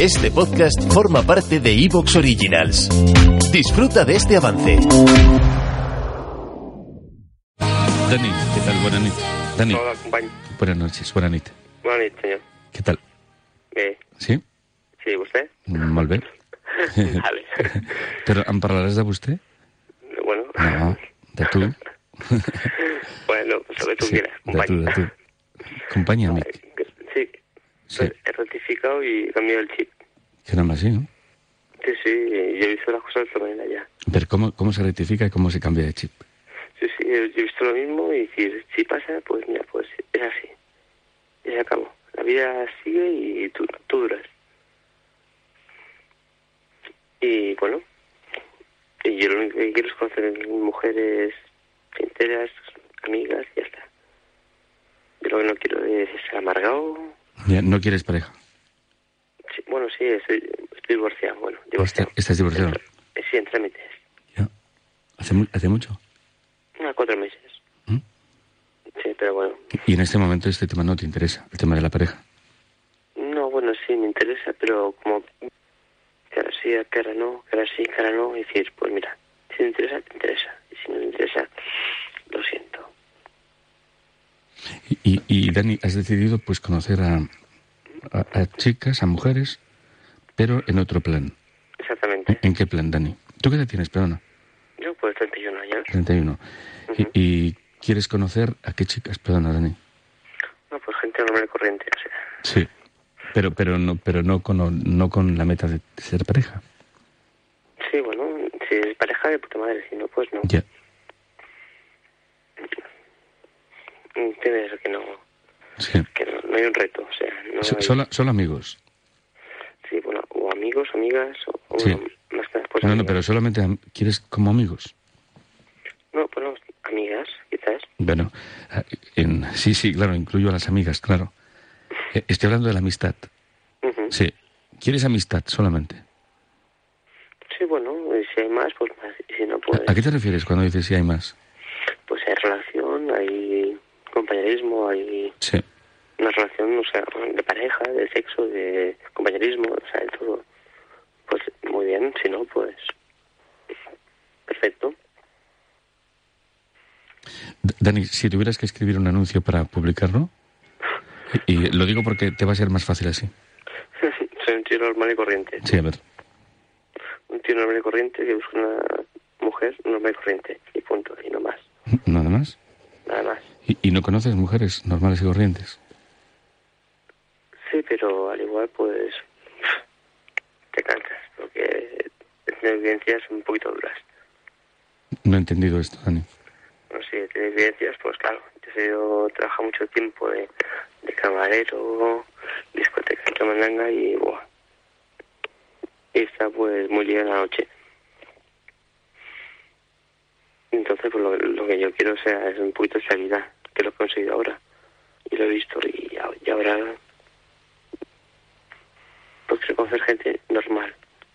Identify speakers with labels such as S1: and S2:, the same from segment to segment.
S1: Este podcast forma parte de Evox Originals. Disfruta de este avance.
S2: Dani, ¿qué tal? Buenas noches. Dani,
S3: Hola, compañero.
S2: buenas noches, buenas nit.
S3: Bona nit, senyor.
S2: ¿Qué tal?
S3: Bé,
S2: Sí?
S3: sí, vostè?
S2: Molt bé.
S3: Vale.
S2: Però em parlaràs de vostè?
S3: bueno,
S2: No, de tu.
S3: bueno, pues el que tu
S2: Sí,
S3: quieras,
S2: de tu,
S3: company.
S2: de tu. Company i amic.
S3: Sí,
S2: Sí,
S3: he rectificado y he cambiado el chip.
S2: que no así, ¿no?
S3: Sí, sí, yo he visto las cosas de otra manera ya.
S2: Pero ¿cómo, cómo se rectifica y cómo se cambia de chip?
S3: Sí, sí, yo he visto lo mismo y si, si pasa, pues mira, pues es así. Y se acabó. La vida sigue y tú, tú duras. Y bueno, y yo lo único que quiero es conocer mujeres sinceras, amigas, y ya está. Yo lo que no quiero es ser amargado.
S2: Ya, no quieres pareja.
S3: Sí, bueno, sí, estoy, estoy divorciado, bueno,
S2: Está-
S3: divorciado.
S2: estás divorciado.
S3: Sí, en trámites.
S2: Ya. Hace, mu- hace mucho.
S3: Unos cuatro meses.
S2: ¿Mm?
S3: Sí, pero bueno,
S2: Y en este momento este tema no te interesa, el tema de la pareja.
S3: No, bueno, sí, me interesa, pero como que ahora sí, que ahora no, que ahora sí, que ahora no, y decir, pues mira, si te interesa, te interesa, y si no te interesa, lo siento.
S2: Y, y, y, Dani, has decidido pues conocer a, a- a chicas, a mujeres, pero en otro plan. ¿En
S3: Exactamente.
S2: en qué plan, Dani? ¿Tú qué edad tienes, perdona?
S3: Yo, pues 31 años,
S2: 31. y, y quieres conocer a qué chicas, perdona, Dani?
S3: no, pues gente normal y corriente, o sea,
S2: Sí. Pero, pero, no, pero no, con, no con la meta de ser pareja.
S3: sí, bueno, si es pareja de puta madre, si no, pues no.
S2: Ya.
S3: Entiendes Mm, que no,
S2: Sí.
S3: que no, no hay un reto, o sea, no
S2: So-
S3: hay...
S2: Solo, solo amigos.
S3: Sí, bueno, o amigos, amigas, o, o
S2: Sí.
S3: bueno, más que nada, pues
S2: No, no, pero
S3: amigas.
S2: solamente am- quieres como amigos.
S3: No, bueno, amigas, quizás,
S2: Bueno, ah, en- sí, sí, claro, incluyo a las amigas, claro. Eh, Estoy hablando de la amistad.
S3: Ujú.
S2: Sí. ¿Quieres amistad solamente?
S3: Sí, bueno, y si hay más, pues más, y si no, pues...
S2: ¿A qué te refieres cuando dices si hay más?
S3: pues hay relación, hay compañerismo, hay
S2: Sí.
S3: una relación, o sea, de pareja, de sexo, de compañerismo, o sea, de todo. Pues muy bien, si no, pues perfecto.
S2: D- Dani, si tuvieras que escribir un anuncio para publicarlo, y y lo digo porque te va a ser más fácil así.
S3: Soy un tío normal y corriente.
S2: Sí, a ver.
S3: Un tío normal y corriente que busca una mujer normal y corriente. Y punto, y no más.
S2: Nada más.
S3: Nada más.
S2: Y, y no conoces mujeres normales y corrientes.
S3: Sí, pero al igual, pues te cansas, porque eh, he tenido evidencias un poquito duras.
S2: No he entendido esto, Dani.
S3: no sé, tiene evidencias, pues claro, yo he ido- trabajado mucho tiempo de, de camarero, discoteca en Camalanga y buah. Y está pues muy liada la noche. Entonces pues lo, lo que yo quiero o sea es un poquito de estabilidad, que lo he conseguido ahora. Y lo he visto y, a- y ahora pues quiero conocer gente normal,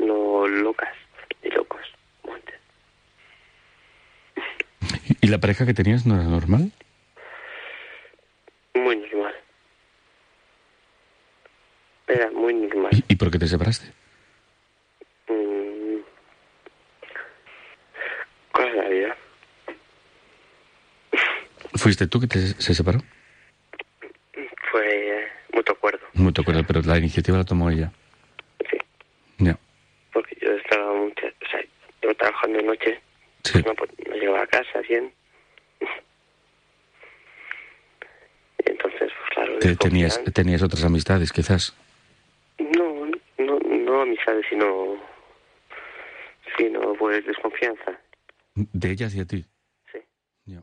S3: no locas ni locos. como antes.
S2: ¿Y- ¿Y la pareja que tenías no era normal?
S3: Muy normal. Era muy normal.
S2: ¿Y, y por qué te separaste?
S3: Mm. Cosas de la vida.
S2: ¿Fuiste tú que te, se separó?
S3: Fue mutuo acuerdo.
S2: No te acuerdo, pero la iniciativa la tomó ella.
S3: Sí.
S2: Ya.
S3: Porque yo estaba mucho. O sea, yo trabajando de noche.
S2: Sí.
S3: No, pod- no llegaba a casa bien. Entonces, pues claro.
S2: Te-
S3: desconfian-
S2: tenías, tenías otras amistades, quizás.
S3: No, no, no amistades, sino. sino pues desconfianza.
S2: De ella hacia ti.
S3: Sí.
S2: Ya.